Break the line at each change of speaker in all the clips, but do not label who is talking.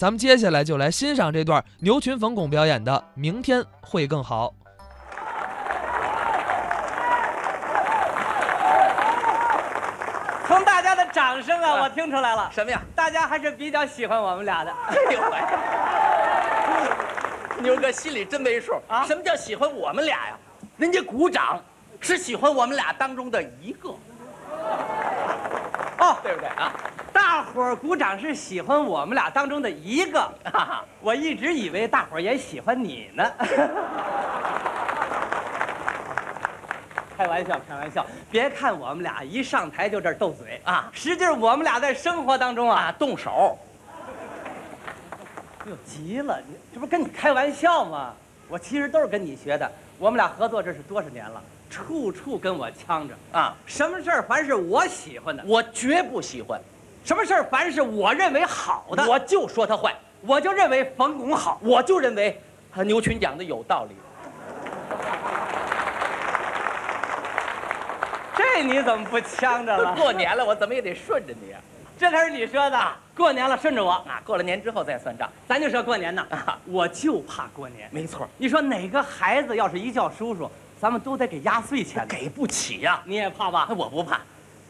咱们接下来就来欣赏这段牛群冯巩表演的《明天会更好》。
从大家的掌声啊，
啊
我听出来了，
什么呀？
大家还是比较喜欢我们俩的。
哎呦喂！牛哥心里真没数
啊
什么叫喜欢我们俩呀？人家鼓掌是喜欢我们俩当中的一个，
哦，
对不对啊？
大伙儿鼓掌是喜欢我们俩当中的一个，
哈哈，
我一直以为大伙儿也喜欢你 呢。开玩笑，开玩笑！别看我们俩一上台就这儿斗嘴
啊
实际我们俩在生活当中
啊，
啊，
动手！
哟，急了，你这不是跟你开玩笑吗？我其实都是跟你学的，我们俩合作这是多少年了，处处跟我呛着，
啊，
什么事儿凡是我喜欢的，
我绝不喜欢，
什么事儿凡是我认为好的，
我就说他坏，
我就认为冯巩好。
我就认为啊牛群讲的有道理。
这你怎么不呛着了？
过年了，我怎么也得顺着你啊！
这可是你说的。过年了，顺着我，
啊过了年之后再算账。
咱就说过年呢
啊。
我就怕过年。
没错，
你说哪个孩子要是一叫叔叔，咱们都得给压岁钱呢。
给不起呀、 哎
你也怕吧
那？我不怕，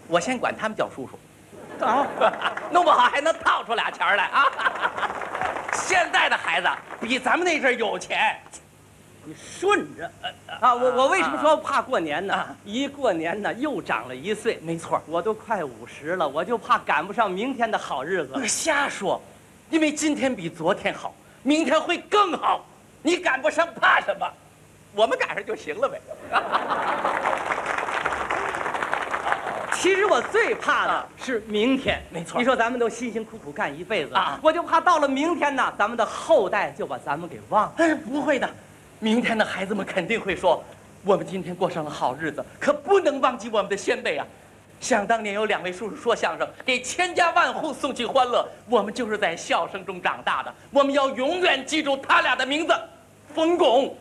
我先管他们叫叔 叔。
啊，
弄不好还能套出俩钱儿来啊！ 现在的孩子比咱们那阵儿有钱，
你顺着。 啊，我我为什么说怕过年呢
啊？
一过年呢，又长了一岁。
没错儿。
我都快五十了，我就怕赶不上明天的好日子。
瞎说，因为今天比昨天好，明天会更好。你赶不上怕什么？我们赶上就行了呗。
其实我最怕的是明天，
没错
你说咱们都辛辛苦苦干一辈子
啊
我就怕到了明天呢，咱们的后代就把咱们给忘了。
哎，不会的，明天的孩子们肯定会说，我们今天过上了好日子，可不能忘记我们的先辈啊。想当年有两位叔叔说相声，给千家万户送去欢乐，我们就是在笑声中长大的，我们要永远记住他俩的名字，冯巩。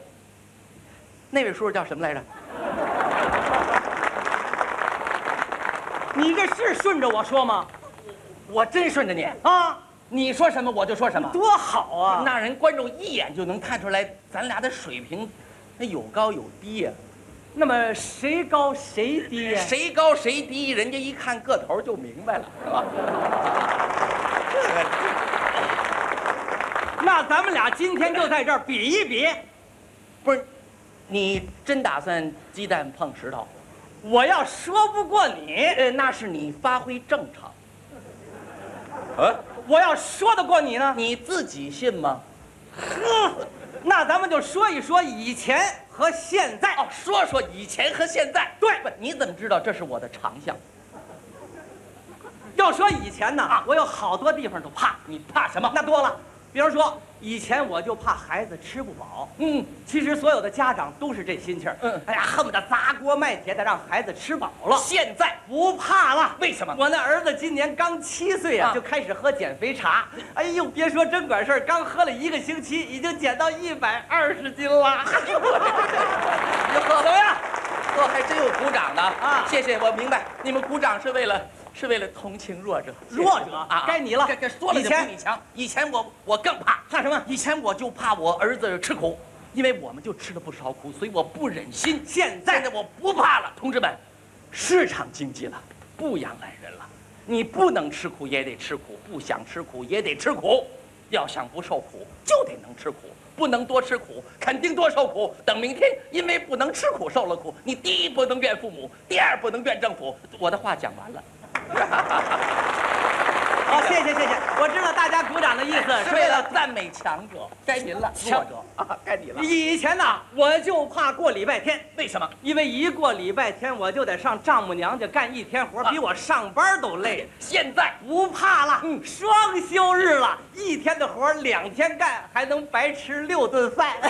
那位叔叔叫什么来着？
你这是顺着我说吗？
我真顺着你
啊，
你说什么我就说什么。
多好啊！
那人观众一眼就能看出来，咱俩的水平，那有高有低呀、
那么谁高谁低呀？
谁高谁低，人家一看个头就明白了，是吧？
那咱们俩今天就在这儿比一比，
不是，你真打算鸡蛋碰石头？
我要说不过你，
呃，那是你发挥正常。啊，
我要说得过你呢，
你自己信吗？
那咱们就说一说以前和现在。
哦，说说以前和现在。
对
不，你怎么知道这是我的长项？
要说以前呢，我有好多地方都怕。
你怕什么？
啊那多了，比如说以前我就怕孩子吃不饱，
嗯，
其实所有的家长都是这心气儿，
嗯
哎呀，恨不得砸锅卖铁的让孩子吃饱了，
现在
不怕了。
为什么？
我那儿子今年刚七岁啊，
啊
就开始喝减肥茶。哎呦，别说真管事儿，刚喝了一个星期，已经减到一百二十斤了。
哟呵，怎么样？我还真有鼓掌的
啊
谢谢，我明白，你们鼓掌是为了是为了同情弱者，
弱者
啊，
该你了
这这说了
以
就
前
比你强。以前我我更怕，
怕什么？
以前我就怕我儿子吃苦，因为我们就吃了不少苦，所以我不忍心。
现
现
在
在我不怕了，同志们，市场经济了，不养懒人了，你不能吃苦也得吃苦，不想吃苦也得吃苦，要想不受苦就得能吃苦，不能多吃苦肯定多受苦。等明天因为不能吃苦受了苦，你第一不能怨父母，第二不能怨政府。我的话讲完了，
好，谢谢谢谢，我知道大家鼓掌的意思
哎是
是
为
为
了
了
赞美强者，该您了，弱
强
者啊，该你了。
以前呐，我就怕过礼拜天。
为什么？
因为一过礼拜天，我就得上丈母娘家干一天活，
啊
比我上班都累。
现在
不怕了，
嗯
双休日了，一天的活两天干，还能白吃六顿饭。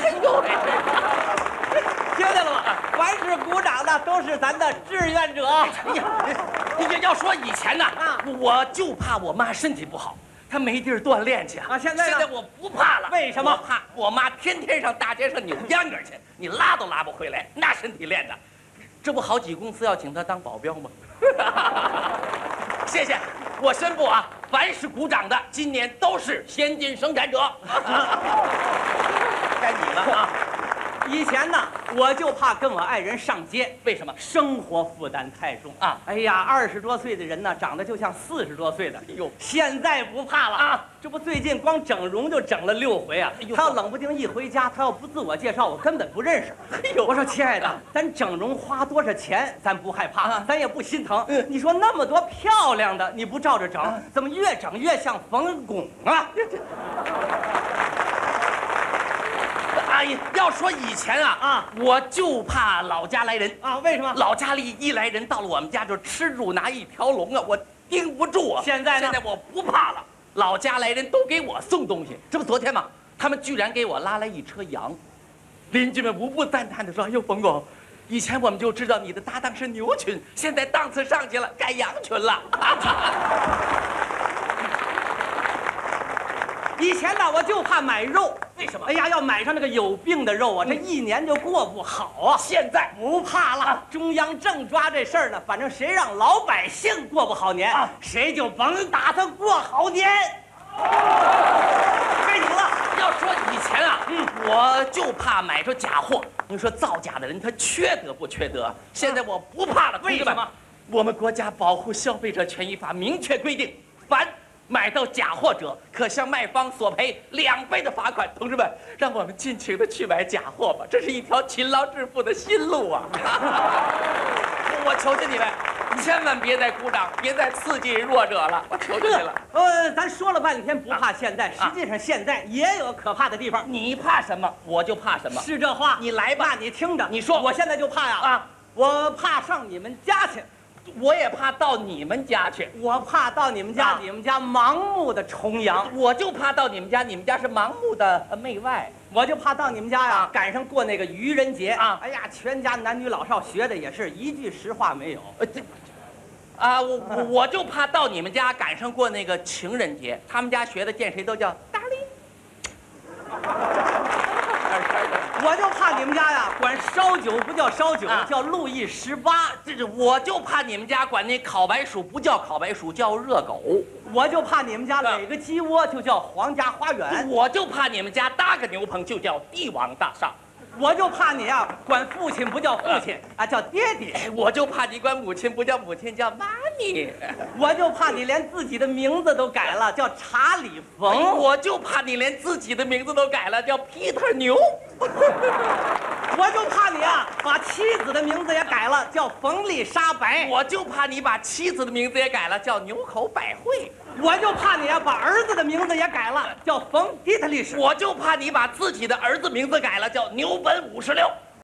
听见了吗？凡是鼓掌的都是咱的志愿者。
啊哎呀， 你要要说以前呢，
啊
我就怕我妈身体不好，她没地儿锻炼去
啊现在呢
现在我不怕了，
为什么
我怕我妈天天上大街上扭秧歌去，你拉都拉不回来，那身体练的，这不好 几公司要请她当保镖吗？谢谢，我宣布啊，凡是鼓掌的，今年都是先进生产者。
该你了啊！以前呢，我就怕跟我爱人上街，
为什么？
生活负担太重
啊
哎呀，二十多岁的人呢，长得就像四十多岁的。
哎呦
现在不怕了
啊！
这不最近光整容就整了六回啊
哎！呦
他要冷不丁一回家，他要不自我介绍，我根本不认识。
哎呦
我说亲爱的
啊，
咱整容花多少钱，咱不害怕
啊，
咱也不心疼
嗯。
你说那么多漂亮的，你不照着整
啊，嗯
怎么越整越像冯巩啊？
阿姨，要说以前啊
啊
啊，我就怕老家来人，
啊，为什么？
老家里一来人，到了我们家就吃住拿一条龙啊，我盯不住啊。
现在呢
现在我不怕了，老家来人都给我送东西，这不昨天吗？他们居然给我拉来一车羊，邻居们无不赞叹地说：“哎呦，冯巩，以前我们就知道你的搭档是牛群，现在档次上去了，改羊群了。
以前呢，我就怕买肉，
为什么
哎？呀，要买上那个有病的肉啊，这一年就过不好啊。
现 在
不怕了，中央正抓这事儿呢。反正谁让老百姓过不好年，
啊
谁就甭打算过好年。该你了，
要说以前啊，嗯，我就怕买着假货。你说造假的人他缺德不缺德？现在我不怕了，同志
为什
们
么？
我们国家保护消费者权益法明确规定，凡买到假货者，可向卖方索赔两倍的罚款。同志们，让我们尽情的去买假货吧，这是一条勤劳致富的新路啊！ 我求求你们，千万别再鼓掌，别再刺激弱者了，我求求你了。啊
呃，咱说了半天不怕现在，实际上现在也有可怕的地方。
你怕什么，我就怕什么。
是这话，
嗯你来吧
那你听着，
你说
我现在就怕呀
啊，
我怕上你们家去，
我也怕到你们家去，
我怕到你们家，
啊嗯
你们家盲目的崇洋。
我就怕到你们家，你们家是盲目的呃媚外。
我就怕到你们家呀、
啊
赶上过那个愚人节
啊
哎呀，全家男女老少学的也是一句实话没有。
呃，这啊，我我我就怕到你们家赶上过那个情人节，他们家学的见谁都叫大力。
我就怕你们家呀，管烧酒不叫烧酒，
啊
叫路易十八。
这这，我就怕你们家管那烤白薯不叫烤白薯，叫热狗。
我就怕你们家
啊
垒个鸡窝就叫皇家花园。
我就怕你们家搭个牛棚就叫帝王大厦。
我就怕你呀，管父亲不叫父亲
嗯
啊，叫爹爹。
哎我就怕你管母亲不叫母亲，叫妈咪。
我就怕你连自己的名字都改了，叫查理
哎
冯。
我就怕你连自己的名字都改了，叫 Peter 牛。
我就怕你呀，把妻子的名字也改了，叫冯丽莎白。
我就怕你把妻子的名字也改了，叫牛口百惠。
我就怕你啊，把儿子的名字也改了，叫冯迪特利什。
我就怕你把自己的儿子名字改了，叫牛本五十六。